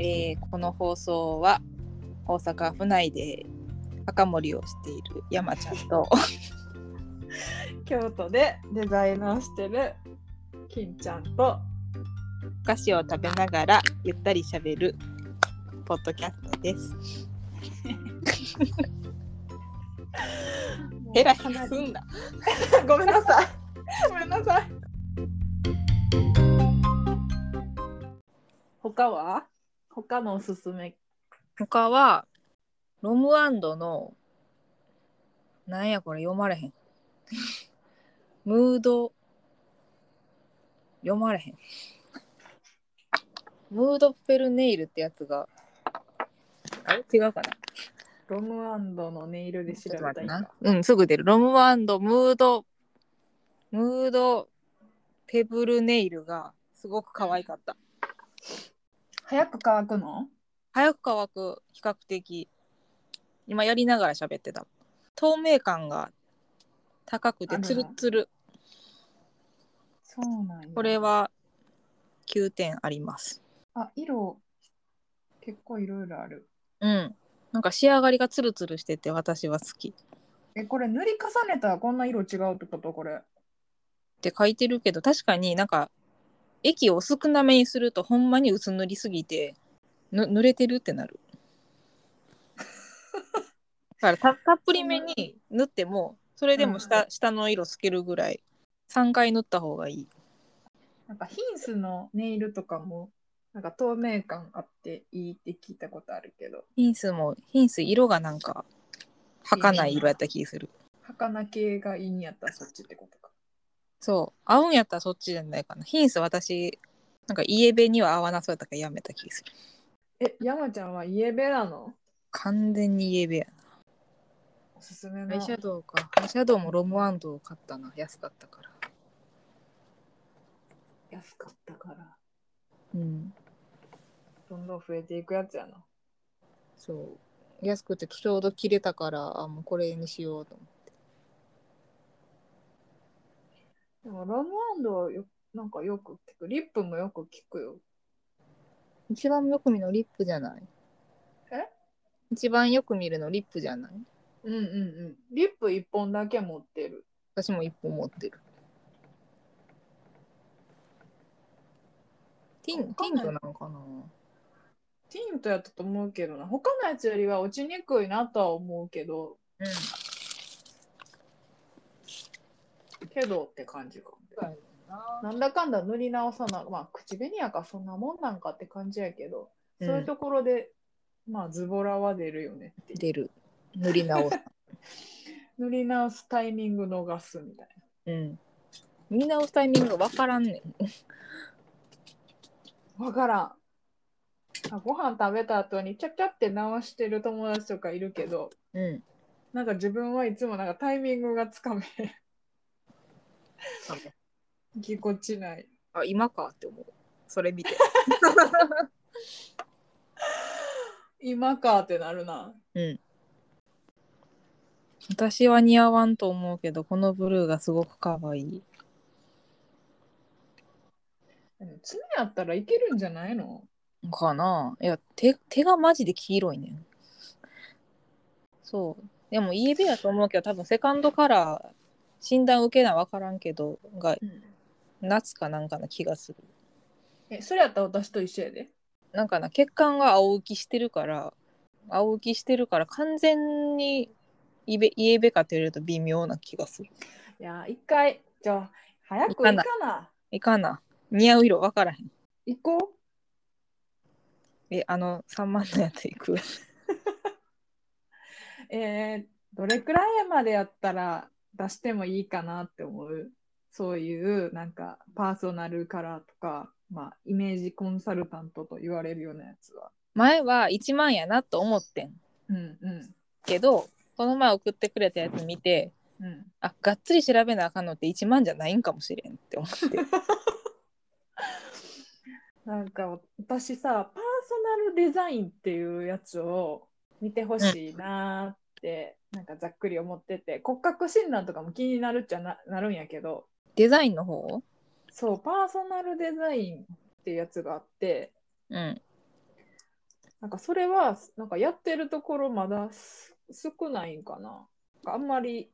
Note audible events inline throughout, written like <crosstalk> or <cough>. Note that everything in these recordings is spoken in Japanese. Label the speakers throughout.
Speaker 1: えーこの放送は大阪府内で赤森をしている山ちゃん <laughs> と
Speaker 2: 京都でデザイナーしてる金ちゃんと
Speaker 1: お菓子を食べながらゆったりしゃべるポッドキャストです。えらい
Speaker 2: かな
Speaker 1: 話す
Speaker 2: り
Speaker 1: んだ。
Speaker 2: <laughs> ごめんなさいごめんなさい他は他のおすすめ
Speaker 1: 他はロムアンドのなんやこれ読まれへん。 <laughs> ムード読まれへん。ムードフェルネイルってやつがあれ違うかな
Speaker 2: ロムアンドのネイルで調
Speaker 1: ちょっと
Speaker 2: べ
Speaker 1: 待
Speaker 2: た
Speaker 1: って
Speaker 2: い
Speaker 1: な。うん、すぐ出る。ロムアンド、ムード、ムード、ペブルネイルがすごく可愛かった。
Speaker 2: 早く乾くの
Speaker 1: 早く乾く、比較的。今やりながら喋ってた。透明感が高くて
Speaker 2: ある
Speaker 1: ツルッツル。
Speaker 2: そうなんや
Speaker 1: これは9点あります。
Speaker 2: あ色結構いろいろある
Speaker 1: うん。なんか仕上がりがツルツルしてて私は好き。っ
Speaker 2: えこれ塗り重ねたらこんな色違うってことこれ
Speaker 1: て書いてるけど、確かになんか液を少なめにするとほんまに薄塗りすぎて、ぬ濡れてるってなる。だからたたっぷりめに塗っても、それでも下,、下の色つけるぐらい、3回塗った方がいい。
Speaker 2: なんかヒンスのネイルとかもなんか透明感あっていいって聞いたことあるけど
Speaker 1: ヒンスも、ヒンス色がなんか、儚ない色やった気する。
Speaker 2: 儚系がいいんやったらそっちってことか
Speaker 1: そう、合うんやったらそっちじゃないかな。ヒンス私、なんかイエベには合わなそうやったからやめた気する。
Speaker 2: え山ちゃんはイエベラの
Speaker 1: 完全にイエベや
Speaker 2: おすすめ
Speaker 1: な。
Speaker 2: の
Speaker 1: アイシャドウか。アイシャドウもロムアンドを買ったな。安かったから。
Speaker 2: 安かったから
Speaker 1: うん。
Speaker 2: どんどん増えていくやつやな
Speaker 1: そう。安くてちょうど切れたから、あ、もうこれにしようと思って。
Speaker 2: でもラムアンドはよなんかよく聞くリップもよく聞くよ
Speaker 1: 一番よく見るのリップじゃない
Speaker 2: え
Speaker 1: 一番よく見るのリップじゃない
Speaker 2: うんうんうんリップ1本だけ持ってる
Speaker 1: 私も一本持ってる。ティンティントなのかな
Speaker 2: ティントやったと思うけどな他のやつよりは落ちにくいなとは思うけど
Speaker 1: うん。
Speaker 2: けどって感じかも
Speaker 1: そうやねんな
Speaker 2: なんだかんだ塗り直さな、まあ、口紅やからそんなもんなんかって感じやけど、
Speaker 1: うん
Speaker 2: そういうところで、まあ、ズボラは出るよねっていう。
Speaker 1: 出る塗り直す、 <laughs>
Speaker 2: 塗り直すタイミング逃すみたいな。
Speaker 1: うん、塗り直すタイミングが分からんねん
Speaker 2: わからん。あご飯食べた後にちゃちゃって直してる友達とかいるけど、
Speaker 1: うん
Speaker 2: なんか自分はいつもなんかタイミングがつかめへん、ぎこちない。
Speaker 1: あ今かって思うそれ見て
Speaker 2: 今かってなるな。
Speaker 1: 私は似合わんと思うけどこのブルーがすごく可愛い
Speaker 2: でも爪やったらいけるんじゃないの
Speaker 1: かないや手手がマジで黄色いねんそうでも EB やと思うけど多分セカンドカラー診断受けな分からんけどが夏かなんかな気がする
Speaker 2: え、それやったら私と一緒やで。
Speaker 1: なんかな血管が青浮きしてるから青浮きしてるから完全にイベイエベかと言われると微妙な気がする
Speaker 2: いや、一回、じゃあ、早く行か
Speaker 1: 行かな
Speaker 2: ない
Speaker 1: かな似合う色分からへん
Speaker 2: 行こう。
Speaker 1: えあの3万のやついく
Speaker 2: えーどれくらいまでやったら出してもいいかなって思うそういうなんかパーソナルカラーとか、まあ、イメージコンサルタントと言われるようなやつは。
Speaker 1: 前は1万やなと思ってん
Speaker 2: うんう
Speaker 1: けどこの前送ってくれたやつ見て
Speaker 2: んうん、
Speaker 1: あがっつり調べなあかんのって1万じゃないんかもしれんって思って <laughs>
Speaker 2: なんか私さパーソナルデザインっていうやつを見てほしいなーって、なんかざっくり思ってて骨格診断とかも気になるっちゃななるんやけど
Speaker 1: デザインの方
Speaker 2: そうパーソナルデザインっていうやつがあって
Speaker 1: うん
Speaker 2: なんかそれは、なんかやってるところまだす少ないんかな。なんかあんまり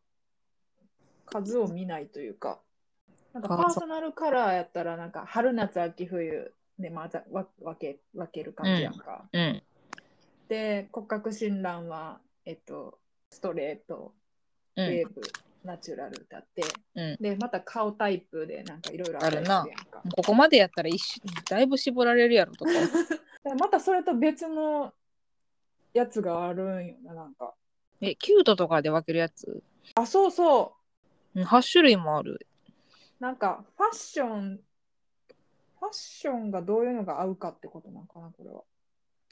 Speaker 2: 数を見ないというか。なんかパーソナルカラーやったら、なんか春夏秋冬でまたわ分け分ける感じやんか。
Speaker 1: うん。
Speaker 2: で、骨格診断は、えっと、ストレート、
Speaker 1: う
Speaker 2: ウェ
Speaker 1: ん。
Speaker 2: ーブ、ナチュラルだって。
Speaker 1: うん
Speaker 2: で、また顔タイプでなんかいろいろあるやん
Speaker 1: あ
Speaker 2: か
Speaker 1: る。ここまでやったら一しだいぶ絞られるやろとか。
Speaker 2: でまたそれと別のやつがあるんよな、なんか。
Speaker 1: え、キュートとかで分けるやつ
Speaker 2: あ、そうそう。
Speaker 1: うん ?8 種類もある。
Speaker 2: なんかファッション、ファッションがどういうのが合うかってことなんかな、これは。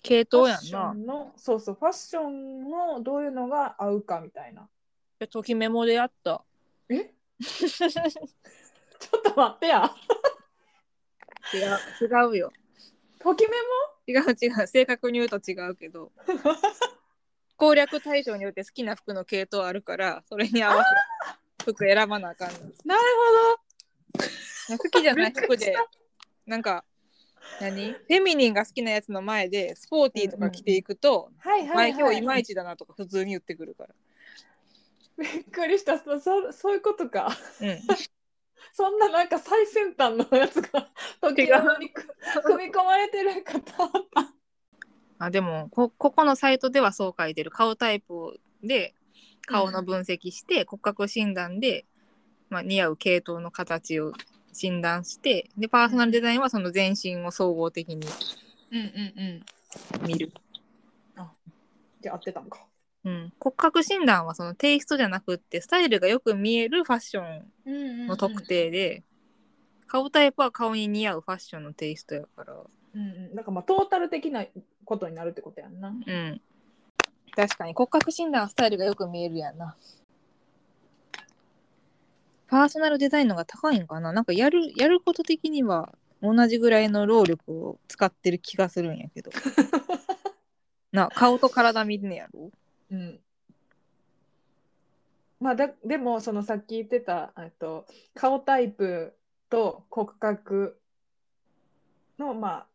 Speaker 1: 系
Speaker 2: フ
Speaker 1: 統
Speaker 2: ァ
Speaker 1: や
Speaker 2: ッ
Speaker 1: ん
Speaker 2: ショ
Speaker 1: な。
Speaker 2: ンの、そうそう、ファッションのどういうのが合うかみたいな。
Speaker 1: えときメモでや <laughs> った。
Speaker 2: えちょっと待ってや。
Speaker 1: 違う、違うよ。
Speaker 2: ときめ
Speaker 1: 違う違う。正確に言うと違うけ
Speaker 2: <laughs>
Speaker 1: ど。攻略対象によって好きな服の系統あるから、それに合わせて服選ばなあかんの。
Speaker 2: もなる
Speaker 1: 好きじゃない
Speaker 2: びっく
Speaker 1: 服
Speaker 2: りし
Speaker 1: で
Speaker 2: た
Speaker 1: なんか何フェミニンが好きなやつの前でスポーティーとか着ていくと、
Speaker 2: ほど。はい
Speaker 1: 前
Speaker 2: はい、
Speaker 1: 今
Speaker 2: は
Speaker 1: 日
Speaker 2: い。
Speaker 1: いまいちだなとか普通に言ってくるか
Speaker 2: びっくりしたそそ。そういうことか。 <laughs>
Speaker 1: ら、うん、
Speaker 2: そんななんか最先端のやつ <laughs> が、ときめもにく組み込まれてるんかと思った。
Speaker 1: あでもこここのサイトではそう書いてる顔タイプで顔の分析して、骨格診断で、まあ、似合う系統の形を診断してでパーソナルデザインはその全身を総合的に
Speaker 2: うんうんうん。
Speaker 1: 見る、
Speaker 2: じゃあ合ってたのか。
Speaker 1: うん、骨格診断はそのテイストじゃなくってスタイルがよく見えるファッション
Speaker 2: うんうん、
Speaker 1: の特。定で、顔タイプは顔に似合うファッションのテイストやから
Speaker 2: うんうん。なんかまあトータル的なことになるってことやんな。
Speaker 1: うん確かに骨格診断はスタイルがよく見えるやんなパーソナルデザインのが高いんかななんかやるやること的には同じぐらいの労力を使ってる気がするんやけど <laughs> な顔と体見んねやろ
Speaker 2: うんまあ、だでもそのさっき言ってたえっと顔タイプと骨格の、まあ、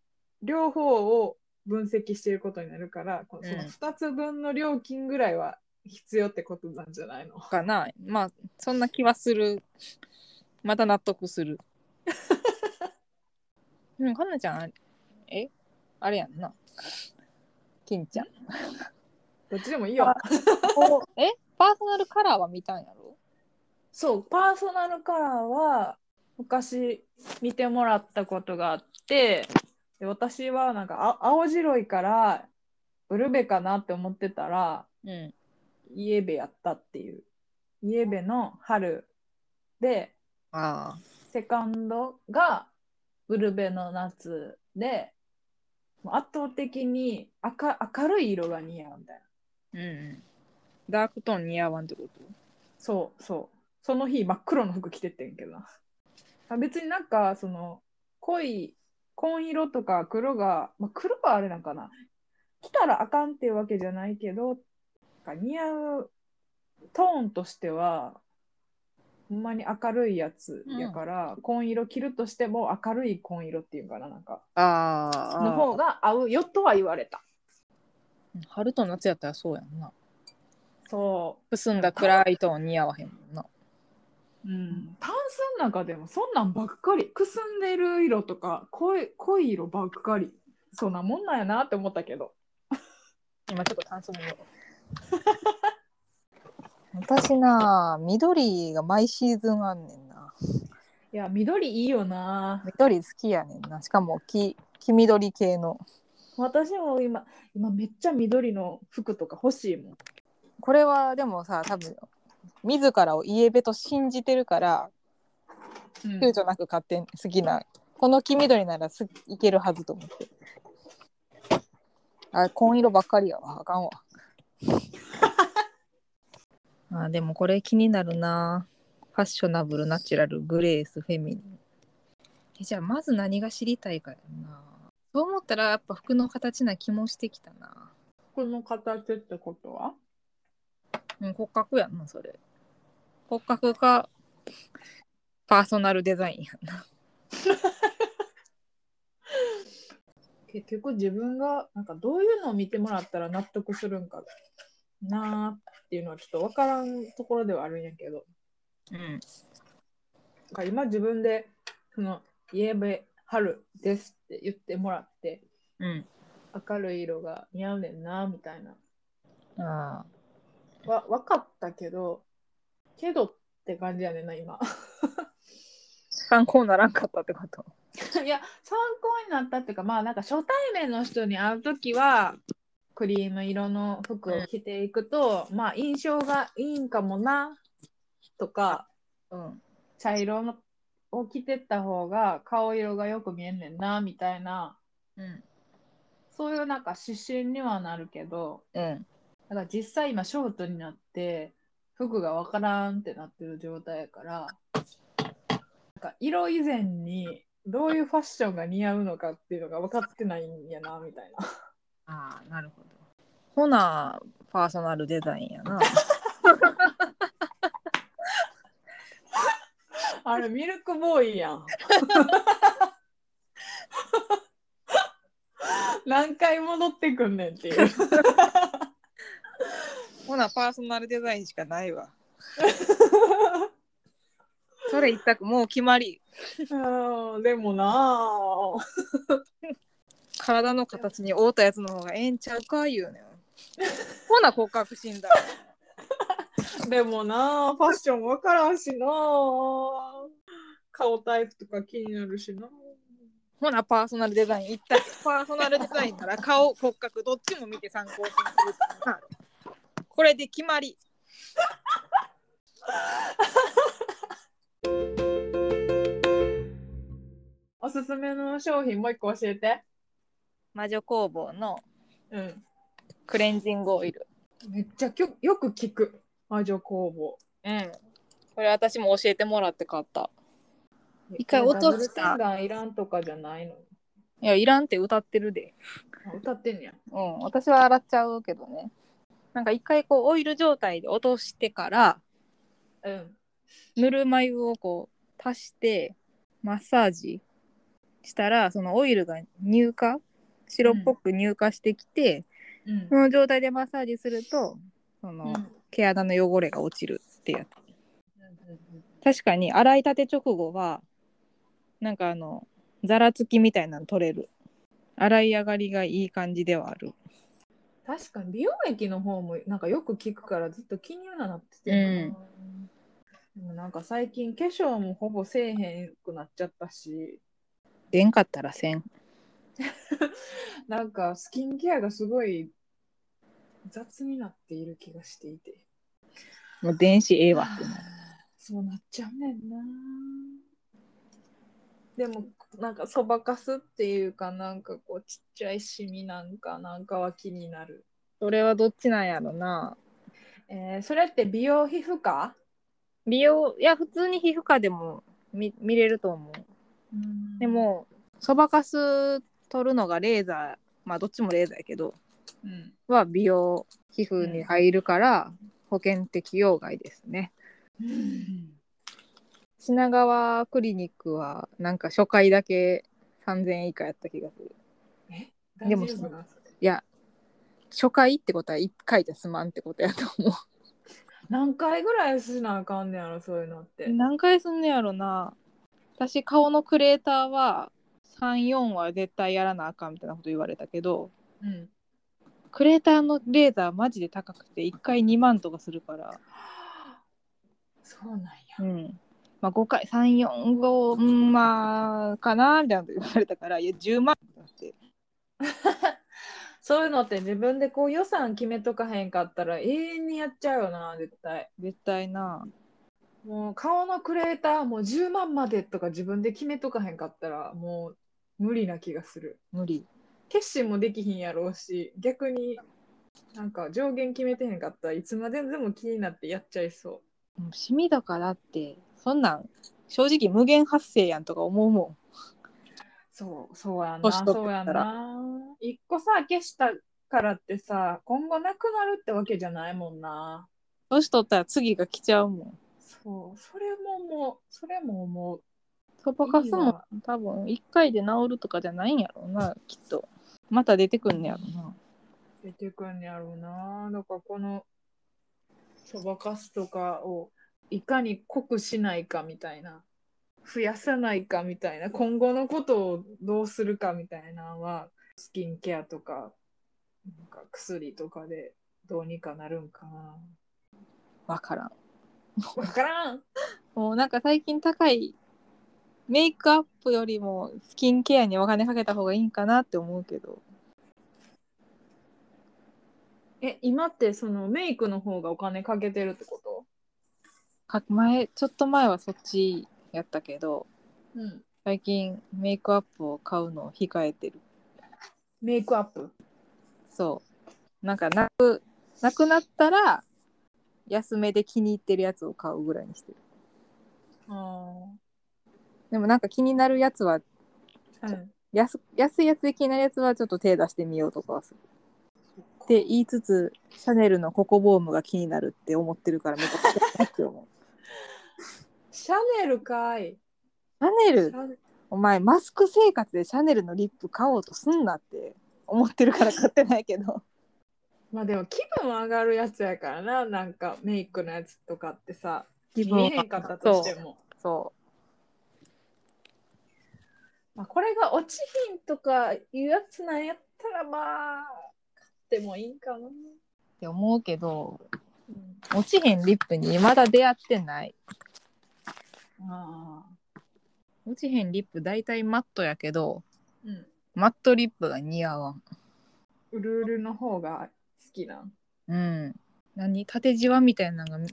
Speaker 2: 両方を分析していることになるからこのそ
Speaker 1: う
Speaker 2: の
Speaker 1: ん
Speaker 2: 2つ分の料金ぐらいは必要ってことなんじゃ <laughs> ないの、
Speaker 1: かなまあそんな気はするまた納得す <laughs> るうんかなちゃんあれえあれやんな金ちゃん
Speaker 2: どっちでもいいよ
Speaker 1: あおえパーソナルカラーは見たんやろ
Speaker 2: そうパーソナルカラーは昔見てもらったことがあってで私はなんかあ青白いからブルベかなって思ってたら
Speaker 1: うん
Speaker 2: イエベやったっていうイエベの春で
Speaker 1: ああ
Speaker 2: セカンドがブルベの夏でもう圧倒的に明明るい色が似合うみたいな
Speaker 1: うんうんダークトーン似合わんってこと
Speaker 2: そうそうその日真っ黒の服着てってんけどなあ別になんかその濃い紺色とか黒が、まあ、黒はあれなんかな着たらあかんっていうわけじゃないけどなんか似合うトーンとしてはほんまに明るいやつやから、紺色着るとしても明るい紺色っていうかななんか
Speaker 1: ああ
Speaker 2: の方が合うよとは言われた
Speaker 1: 春と夏やったらそうやんな
Speaker 2: そ
Speaker 1: くすんだ暗いトーン似合わへんもんな
Speaker 2: う、うん、タンスの中でもそんなんばっかりくすんでる色とか濃い濃い色ばっかりそんなもんなんやなって思ったけど
Speaker 1: 今ちょっと炭素見よう <laughs> 私なあ緑が毎シーズンあんねんない
Speaker 2: や緑いいよな
Speaker 1: 緑好きやねんなしかも黄黄緑系の
Speaker 2: 私も今今めっちゃ緑の服とか欲しいもん
Speaker 1: これはでもさ多分自らをイエベと信じてるから
Speaker 2: うん
Speaker 1: 躊躇なく買ってん好きなこの黄緑ならすいけるはずと思ってあ紺色ばっかりやわあかんわ <laughs> あでもこれ気になるなファッショナブルナチュラルグレースフェミニンえじゃあまず何が知りたいかやなそう思ったらやっぱ服の形な気もしてきたな
Speaker 2: 服の形ってことは
Speaker 1: うん、骨格やんな、それ。骨格か、パーソナルデザインやんな。
Speaker 2: 結結構自分がなんかどういうのを見てもらったら納得するんかなーっていうのはちょっと分からんところではあるんやけど
Speaker 1: うん
Speaker 2: なんか今自分でその「イエベ春です」って言ってもらって
Speaker 1: うん
Speaker 2: 明るい色が似合うねんなみたいな
Speaker 1: あ
Speaker 2: わ分かったけどけどって感じやねんな今
Speaker 1: 参考にならんかったってこと
Speaker 2: <laughs> いや参考になったっていうかまあなんか初対面の人に会う時はクリーム色の服を着ていくと、まあ印象がいいんかもなとか
Speaker 1: うん
Speaker 2: 茶色のを着てった方が顔色がよく見えんねんなみたいな
Speaker 1: うん
Speaker 2: そういうなんか指針にはなるけど
Speaker 1: うん
Speaker 2: だから実際今ショートになって服が分からんってなってる状態やからなんか色以前にどういうファッションが似合うのかっていうのが分かってないんやなみたいな
Speaker 1: ああなるほどほなパーソナルデザインやな
Speaker 2: あれミルクボーイやん <laughs> 何回戻ってくんねんっていう
Speaker 1: <laughs> ほなパーソナルデザインしかないわ <laughs> それ一択もう決まり
Speaker 2: うんでもなあ
Speaker 1: 体の形に合うたやつの方がええんちゃうか言うねんほな骨格診断
Speaker 2: でもなあファッション分からんしなあ顔タイプとか気になるしな
Speaker 1: ほなパーソナルデザイン一体パーソナルデザインから顔骨格どっちも見て参考にするってなこれで決まり
Speaker 2: おすすめの商品もう一個教えて。
Speaker 1: 魔女工房の
Speaker 2: うん。
Speaker 1: クレンジングオイル
Speaker 2: めっちゃきょよく聞く。魔女工房。
Speaker 1: うんこれ私も教えてもらって買った一回落とした
Speaker 2: ダブル洗顔いらんとかじゃないの。
Speaker 1: いやいらんって歌ってるで
Speaker 2: あ歌ってんねや。
Speaker 1: うん私は洗っちゃうけどねなんか一回こうオイル状態で落としてから
Speaker 2: うん。
Speaker 1: ぬるま湯をこう足してマッサージしたらそのオイルが乳化白っぽく乳化してきて、
Speaker 2: うん
Speaker 1: そ。の状態でマッサージするとその、
Speaker 2: うん
Speaker 1: 毛穴の汚れが落ちるってやつ確かに洗いたて直後はなんかあのざらつきみたいなの取れる洗い上がりがいい感じではある
Speaker 2: 確かに美容液の方もなんかよく聞くからずっと気にはなっててんな、でもなんか最近化粧もほぼせえへんくなっちゃったし
Speaker 1: でんかったらせん
Speaker 2: なんかスキンケアがすごい雑になっている気がしていて
Speaker 1: もう電子ええわってなる
Speaker 2: そうなっちゃうねんなでもなんかそばかすっていうかなんかこうちっちゃいシミなんかなんかは気になる
Speaker 1: それはどっちなんやろな
Speaker 2: えー、それって美容皮膚科
Speaker 1: 美容いや普通に皮膚科でも見見れると思うでもそばかす取るのがレーザーまあどっちもレーザーやけど
Speaker 2: うん
Speaker 1: は美容皮膚に入るから保険適用外ですね、品川クリニックはなんか初回だけ3000円以下やった気がするでも
Speaker 2: 大丈夫なんですか
Speaker 1: いや初回ってことは1回じゃ済まんってことやと思
Speaker 2: 何回ぐらいしなあかんねやろそういうのって、
Speaker 1: う何回すんねやろな私顔のクレーターは34は絶対やらなあかんみたいなこと言われたけど
Speaker 2: うん
Speaker 1: クレーターのレーザーマジで高くて1回2万とかするから、
Speaker 2: そうなんや
Speaker 1: うんまあ、5回345、うん、まあかなみたいなこと言われたからいや10万ってなって
Speaker 2: そういうのって自分でこう予算決めとかへんかったら永遠にやっちゃうよな絶対
Speaker 1: 絶対な
Speaker 2: もう顔のクレーターもう10万までとか自分で決めとかへんかったらもう無理な気がする
Speaker 1: 無理
Speaker 2: 決心もできひんやろうし逆になんか上限決めてへんかったらいつまででも気になってやっちゃいそ
Speaker 1: もうシミだからってそんなん正直無限発生やんとか思うもん
Speaker 2: うそうそうやな
Speaker 1: 年取っ
Speaker 2: そ
Speaker 1: て
Speaker 2: うや
Speaker 1: たら
Speaker 2: な一個さ消したからってさ今後なくなるってわけじゃないもんな
Speaker 1: 年取ったら次が来ちゃうもん
Speaker 2: そうそれももうそれも思う
Speaker 1: そばかす
Speaker 2: いい
Speaker 1: も
Speaker 2: わ
Speaker 1: 多分1回で治るとかじゃないんやろうなきっと
Speaker 3: また出てくんねやろな。
Speaker 2: 出てくんねやろうな。だからこのそばかすとかをいかに濃くしないかみたいな増やさないかみたいな今後のことをどうするかみたいなのはスキンケアとかなんか薬とかでどうにかなるんかな。
Speaker 3: わからん。
Speaker 2: わからん
Speaker 3: もうなんか最近高いメイクアップよりもスキンケアにお金かけた方がいいんかなって思うけど。
Speaker 2: え今ってそのメイクの方がお金かけてるってこと
Speaker 3: か前、ちょっと前はそっちやったけど、
Speaker 2: うん。
Speaker 3: 最近メイクアップを買うのを控えてる。
Speaker 2: メイクアップ
Speaker 3: そう。なんかなく、なくなったら、安めで気に入ってるやつを買うぐらいにしてる。
Speaker 2: あ
Speaker 3: でもなんか気になるやつは、
Speaker 2: あ。うん。
Speaker 3: 安安いやつで気になるやつはちょっと手出してみようとかはする。って言いつつ、シャネルのココボームが気になるって思ってるからめっちゃ買いたいなって思う。
Speaker 2: シャネルかい。
Speaker 3: シャネ
Speaker 2: シ
Speaker 3: ル
Speaker 2: ャ
Speaker 3: お前マスク生活でシャネルのリップ買おうとすんなって思ってるから買ってないけど
Speaker 2: まあでも気分上がるやつやからな、なんかメイクのやつとかってさ、
Speaker 3: 気
Speaker 2: 見えへんかったとしても。
Speaker 3: そ
Speaker 2: まあ、これが落ちひんとかいうやつなんやったらまあ、買ってもいいんかな。
Speaker 3: うって思うけど落ちへんリップにまだ出会ってない
Speaker 2: ああ。
Speaker 1: 落ちへんリップ大体マットやけど
Speaker 2: うん。
Speaker 1: マットリップが似合わん
Speaker 2: うるうるの方が好きなん。
Speaker 1: うん何縦じわみたいなのが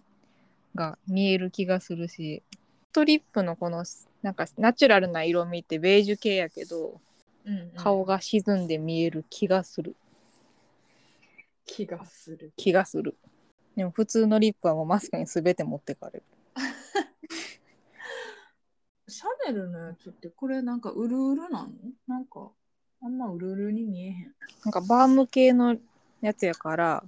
Speaker 1: が見える気がするしマットリップのこのなんかナチュラルな色味ってベージュ系やけど
Speaker 2: うん、
Speaker 1: 顔が沈んで見える気がする
Speaker 2: 気がする。
Speaker 1: 気がするでも普通のリップはもうマスクに全て持ってかれる
Speaker 2: シャネルのやつってこれなんかうるうるなのなんかあんまうるうるに見えへん。
Speaker 1: なんかバーム系のやつやから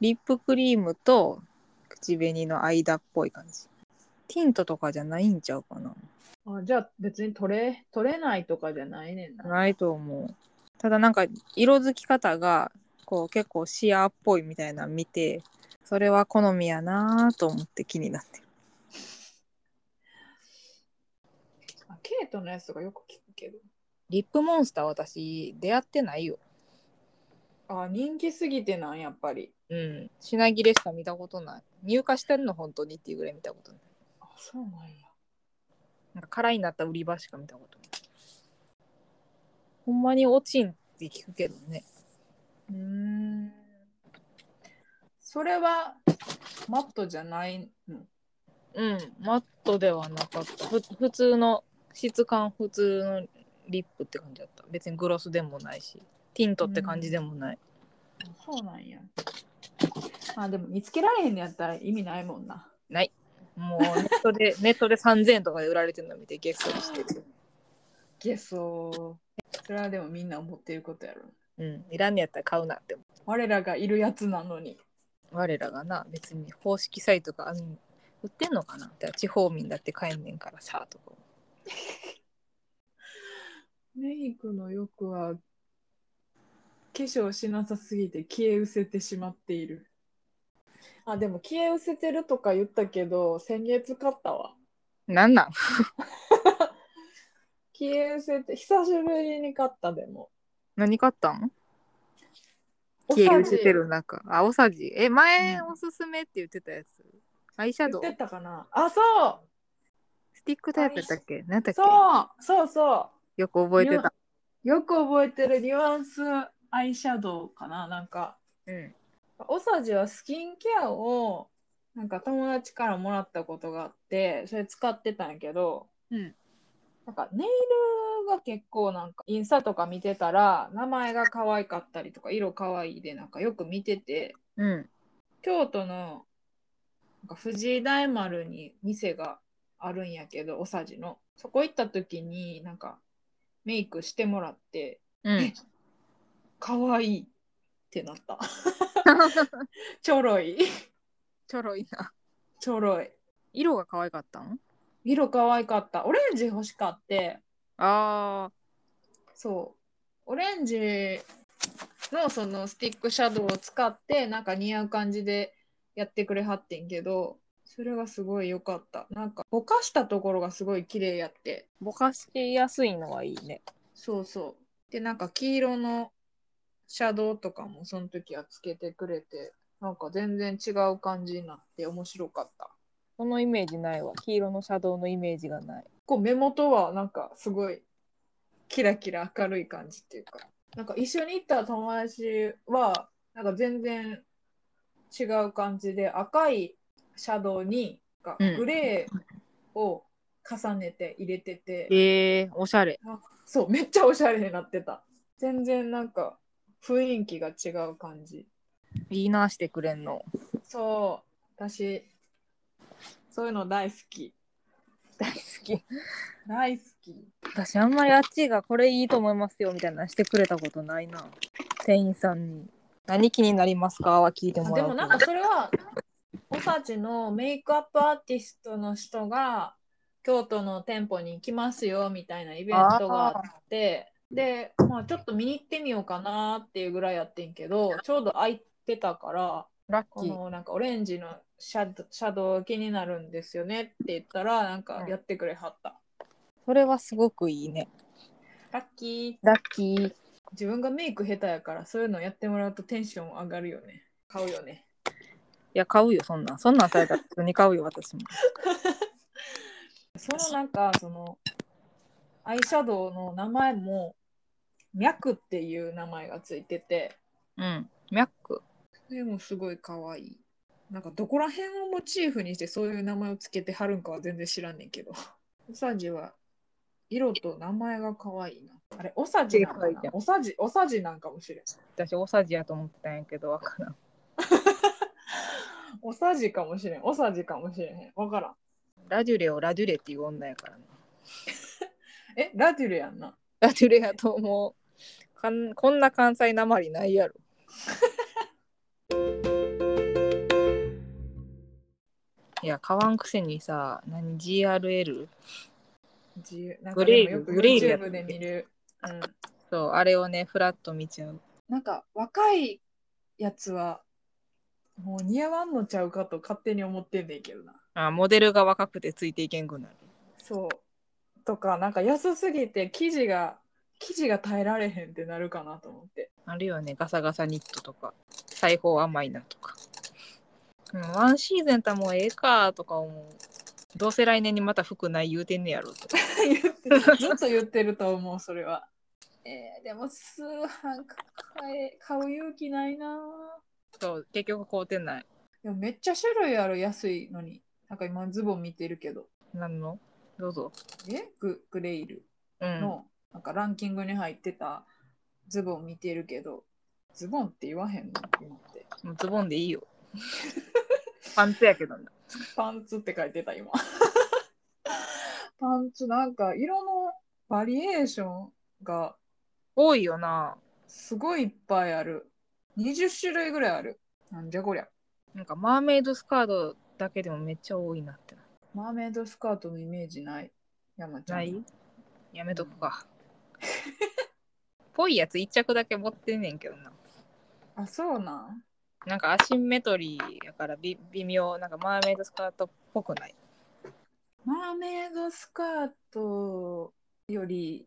Speaker 1: リップクリームと口紅の間っぽい感じティントとかじゃないんちゃうかな
Speaker 2: あじゃあ別に取れ取れないとかじゃないねんな。
Speaker 1: ないと思うただなんか色づき方がこう結構シアーっぽいみたいなの見てそれは好みやなぁと思って気になってる
Speaker 2: あケイトのやつとかよく聞くけど。
Speaker 1: リップモンスター私出会ってないよ
Speaker 2: あ人気すぎてなんやっぱり。
Speaker 1: うん品切れしか見たことない入荷してんの本当にっていうぐらい見たことない
Speaker 2: あそうなんや。
Speaker 1: なんか空になった売り場しか見たことないほんまに落ちんって聞くけどね
Speaker 2: うーん。それはマットじゃないの。
Speaker 1: うんマットではなかったふ普通の質感普通のリップって感じだった別にグロスでもないしティントって感じでもない、
Speaker 2: あそうなんや。あでも見つけられへんのやったら意味ないもんな。
Speaker 1: もうネット <laughs> でネットで3000円とかで売られてるの見てゲストしてる
Speaker 2: ゲソそれはでもみんな思ってることやろ。
Speaker 1: うんいらんのやったら買うなって思
Speaker 2: 我らがいるやつなのに。
Speaker 1: う我らがな別に公式サイトがあん売ってんのかなって地方民だって買えんねんからさとか
Speaker 2: メイクの欲は化粧しなさすぎて消え失せてしまっている。あ、でも消え失せてるとか言ったけど、先月買ったわ。
Speaker 1: なんなん
Speaker 2: 消え失せて、久しぶりに買ったでも。
Speaker 1: 何買ったん
Speaker 2: お
Speaker 1: 消え
Speaker 2: さ
Speaker 1: 失
Speaker 2: じ
Speaker 1: せてる中。あ、おさじ。え、前
Speaker 2: うん
Speaker 1: おすすめって言ってたやつ。アイシャ
Speaker 2: 言
Speaker 1: ド
Speaker 2: っ
Speaker 1: ウ
Speaker 2: てたかなあ、そ
Speaker 1: スティックタイプだったっけ何だ
Speaker 2: う
Speaker 1: っけ
Speaker 2: そうそうそ
Speaker 1: よく覚えてた。
Speaker 2: うよく覚えてるニュアンスアイシャドウかななんか。
Speaker 1: うん。
Speaker 2: おさじはスキンケアをなんか友達からもらったことがあってそれ使ってたんやけど、
Speaker 1: うん
Speaker 2: なんかネイルが結構なんかインスタとか見てたら名前が可愛かったりとか色可愛いでなんかよく見てて
Speaker 1: うん。
Speaker 2: 京都のなんか藤井大丸に店があるんやけどおさじのそこ行った時になんかメイクしてもらって
Speaker 1: うん。
Speaker 2: 可愛いってなったちょろい
Speaker 1: ちょろいな。
Speaker 2: ちょろい
Speaker 1: 色が可愛かったん
Speaker 2: 色可愛かった。オレンジ欲しかって、
Speaker 1: あ
Speaker 2: そオレンジのそのスティックシャドウを使ってなんか似合う感じでやってくれはってんけどそれがすごい良かったなんかぼかしたところがすごい綺麗やって
Speaker 1: ぼかしてやすいのはいいね。
Speaker 2: そうそうでなんか黄色のシャドウとかもその時はつけてくれてなんか全然違う感じになって面白かった
Speaker 1: そのイメージないわ。黄色のシャドウのイメージがない。
Speaker 2: こう目元はなんかすごいキラキラ明るい感じっていうかなんか一緒に行った友達はなんか全然違う感じで赤いシャドウになん
Speaker 4: う
Speaker 2: か
Speaker 4: ん
Speaker 2: グレーを重ねて入れてて、
Speaker 4: ええおしゃれ。
Speaker 2: そうめっちゃおしゃれになってた全然なんか雰囲気が違う感じ
Speaker 4: いいなしてくれんの。
Speaker 2: そう私そういうの大好き
Speaker 1: 大好き。
Speaker 2: 大好き
Speaker 1: 私あんまりあっちがこれいいと思いますよみたいなのしてくれたことないな。店員さんに。何気になりますかは聞いて
Speaker 2: あ
Speaker 1: も
Speaker 2: で
Speaker 1: らう
Speaker 2: も
Speaker 1: けど。
Speaker 2: なんかそれはおさちのメイクアップアーティストの人が京都の店舗に行きますよみたいなイベントがあってで、まあ、ちょっと見に行ってみようかなっていうぐらいやってんけどちょうど空いてたから
Speaker 1: ラッ
Speaker 2: こ
Speaker 1: キー。
Speaker 2: のなんかオレンジのシャドシャドウ気になるんですよねって言ったらなんかやってくれはった。
Speaker 1: それはすごくいいね。
Speaker 2: ラッキー
Speaker 1: ラッキー。
Speaker 2: 自分がメイク下手やからそういうのやってもらうとテンション上がるよね買うよね
Speaker 1: いや、買うよ、そんなん。そんなんされたら普通に買うよ、私も。
Speaker 2: そのなんかそのアイシャドウの名前も脈っていう名前がついてて
Speaker 4: うん。ミャック。
Speaker 2: それもすごい可愛いなんかどこら辺をモチーフにしてそういう名前をつけてはるんかは全然知らんねんけど <laughs> おさじは色と名前が可愛いなあれおさじなんか
Speaker 1: でかいじ
Speaker 2: な
Speaker 1: ゃん
Speaker 2: おさじおさじなんかもしれん
Speaker 1: 私、おさじやと思ってたんやけど、わからん。
Speaker 2: おさじかもしれんおさじかもしれへんわからん
Speaker 1: ラデュレをラデュレっていう女やからね。
Speaker 2: えラデュルやんな
Speaker 1: ラデュレやと思う。かんこんな関西なまりないやろ。いや、買わんくせにさ、何 ?GRL?
Speaker 2: 自由なん
Speaker 1: グ
Speaker 2: か
Speaker 1: レイ
Speaker 2: で
Speaker 1: ル
Speaker 2: もよく
Speaker 1: グレイルやった
Speaker 2: YouTube で見る、うん、
Speaker 1: そう、あれをね、フラッと見ちゃう。
Speaker 2: なんか若いやつはもう似合わんのちゃうかと勝手に思ってんねんけどな。
Speaker 1: あ、モデルが若くてついていけんくなる。
Speaker 2: そう。とかなんか安すぎて生地が生地が耐えられへんってなるかなと思 <laughs> って。
Speaker 1: あるよね、ガサガサニットとか、裁縫甘いなとか。うん、ワンシーズンやったらもうええかとか思う。どうせ来年にまた服ない言うてんねやろ <laughs> とか。
Speaker 2: 言ってずっと言ってると思うそれは。えー、でも通販買え買う勇気ないな
Speaker 1: そう、結局買うてない。
Speaker 2: でもめっちゃ種類ある安いのに。なんか今ズボン見てるけど。
Speaker 1: なんのどうぞ。
Speaker 2: えググレイル。
Speaker 1: うん。
Speaker 2: の、なんかランキングに入ってたズボン見てるけど、ズボンって言わへんの今って。
Speaker 1: もうズボンでいいよ。 <laughs> パンツやけどな。
Speaker 2: パンツって書いてた今。 <laughs> パンツなんか色のバリエーションが
Speaker 1: 多いよな。
Speaker 2: すごいいっぱいある。20種類ぐらいある。なんじゃこりゃ。
Speaker 1: なんかマーメイドスカートだけでもめっちゃ多いなってな。
Speaker 2: マーメイドスカートのイメージない。山ちゃん。
Speaker 1: ないやめとくか。 <laughs> ぽいやつ一着だけ持ってんねんけどな。
Speaker 2: あ、そうなん。
Speaker 1: なんかアシンメトリーやからび微妙なんかマーメイドスカートっぽくない
Speaker 2: マーメイドスカートより、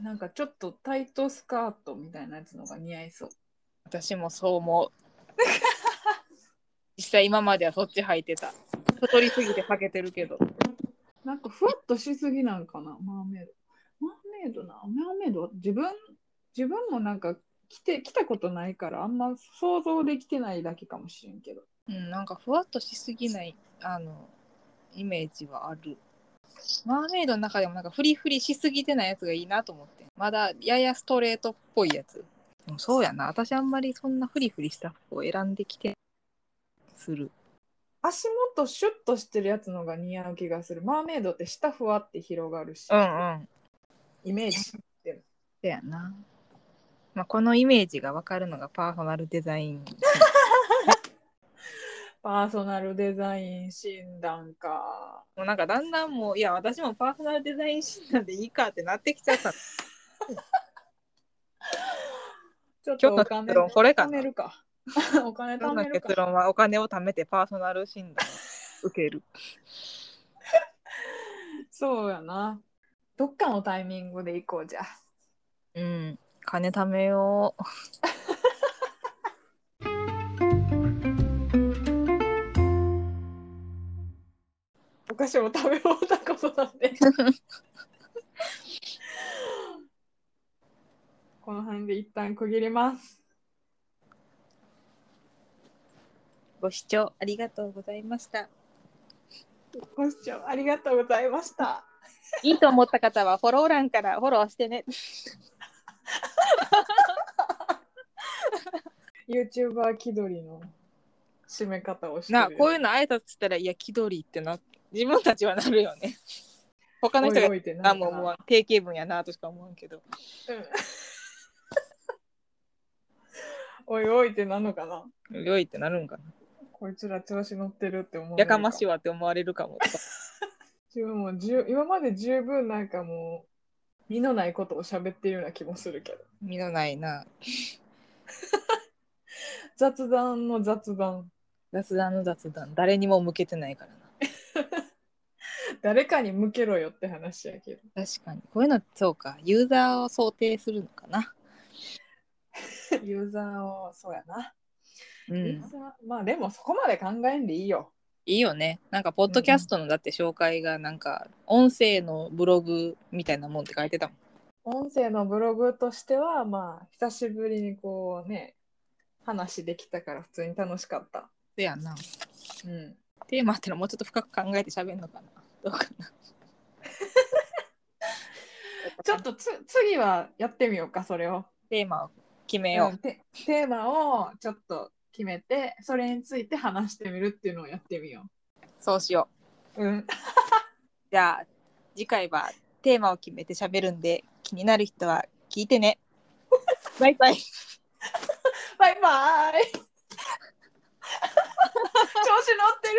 Speaker 2: なんかちょっとタイトスカートみたいなやつのが似合いそう。
Speaker 1: 私もそう思う <laughs> 実際今まではそっち履いてた太りすぎて履けてるけど
Speaker 2: なんかふわっとしすぎなんかな、マーメイド。マーメイドな、マーメイド、自分、自分もなんか来て、来たことないから、あんま想像できてないだけかもしれんけど。
Speaker 1: うんなんかふわっとしすぎないあのイメージはあるマーメイドの中でもなんかフリフリしすぎてないやつがいいなと思ってまだややストレートっぽいやつでもそうやな私あんまりそんなフリフリした服を選んできてする
Speaker 2: 足元シュッとしてるやつのが似合う気がする。マーメイドって下ふわって広がるし、
Speaker 1: んうん
Speaker 2: イメージ。
Speaker 1: そうやな。まあ、このイメージが分かるのがパーソナルデザイン。 <laughs>
Speaker 2: パーソナルデザイン診断か。
Speaker 1: もうなんかだんだん <laughs> もう、いや、私もパーソナルデザイン診断でいいかってなってきちゃった。
Speaker 2: ょ
Speaker 5: 今
Speaker 2: っと
Speaker 5: 日
Speaker 2: お
Speaker 5: の
Speaker 2: 金
Speaker 5: 結論これか
Speaker 2: 貯
Speaker 5: な
Speaker 2: めるか。 <laughs> お金
Speaker 5: 今日
Speaker 2: 貯
Speaker 5: の
Speaker 2: める
Speaker 5: 結
Speaker 2: か。
Speaker 5: 論はお金を貯めてパーソナル診断
Speaker 1: <laughs>
Speaker 5: を受ける。
Speaker 2: そうやな。どっかのタイミングで行こうじゃ。
Speaker 5: うん、金貯めよう。
Speaker 2: お菓子を食べ終わったことな
Speaker 1: <laughs>
Speaker 2: んで。この辺で一旦区切ります。
Speaker 1: ご視聴ありがとうございました。
Speaker 2: ご視聴ありがとうございました。
Speaker 1: いいと思った方はフォロー欄からフォローしてね。
Speaker 2: YouTuber 気取りの締め方をしてる
Speaker 1: <laughs> なあこういうの挨拶したらいや気取りってな自分たちはなるよ <laughs> ね。他の人が
Speaker 2: おいおいってな
Speaker 1: 何
Speaker 2: るか
Speaker 1: も
Speaker 2: な
Speaker 1: 思わん定型文やなとしか思わんけど。
Speaker 2: うん <laughs> おいおいってなのかな
Speaker 1: 良いってなるんかな。
Speaker 2: こいつら調子乗ってるって思うの
Speaker 1: <laughs> やかましい
Speaker 2: い
Speaker 1: わって思われるかもとか。
Speaker 2: 自分も十今まで十分なんかもう身のないことを喋ってるような気もするけど
Speaker 1: 身のないな。
Speaker 2: 雑談の雑談
Speaker 1: 雑談の雑談誰にも向けてないから
Speaker 2: 誰かに向けろよって話やけど
Speaker 1: な。確かにこういうのそうかユーザーを想定するのかな。
Speaker 2: <laughs> ユーザーをそうやな、
Speaker 1: う
Speaker 2: ユーザーまあでもそこまで考えんでいいよ
Speaker 1: いいよね。なんか、ポッドキャストのだって紹介が、なんか、音声のブログみたいなもんって書いてたもん。
Speaker 2: 音声のブログとしてはまあ久しぶりにこうね話できたから普通に楽しかった
Speaker 1: せやな。
Speaker 2: うん
Speaker 1: テーマってのはもうちょっと深く考えて喋るのかな。どうか <laughs> な。
Speaker 2: ちょっとつ次はやってみようかそれを、
Speaker 1: <laughs> テーマを決めよう。
Speaker 2: うんテテーマをちょっと決めてそれについて話してみるっていうのをやってみよ
Speaker 1: そうしよう。
Speaker 2: ううん
Speaker 1: じゃあ、次回はテーマを決めて喋るんで、気になる人は聞いてね。バイバイ。
Speaker 2: <laughs> バイバーイ調子乗ってる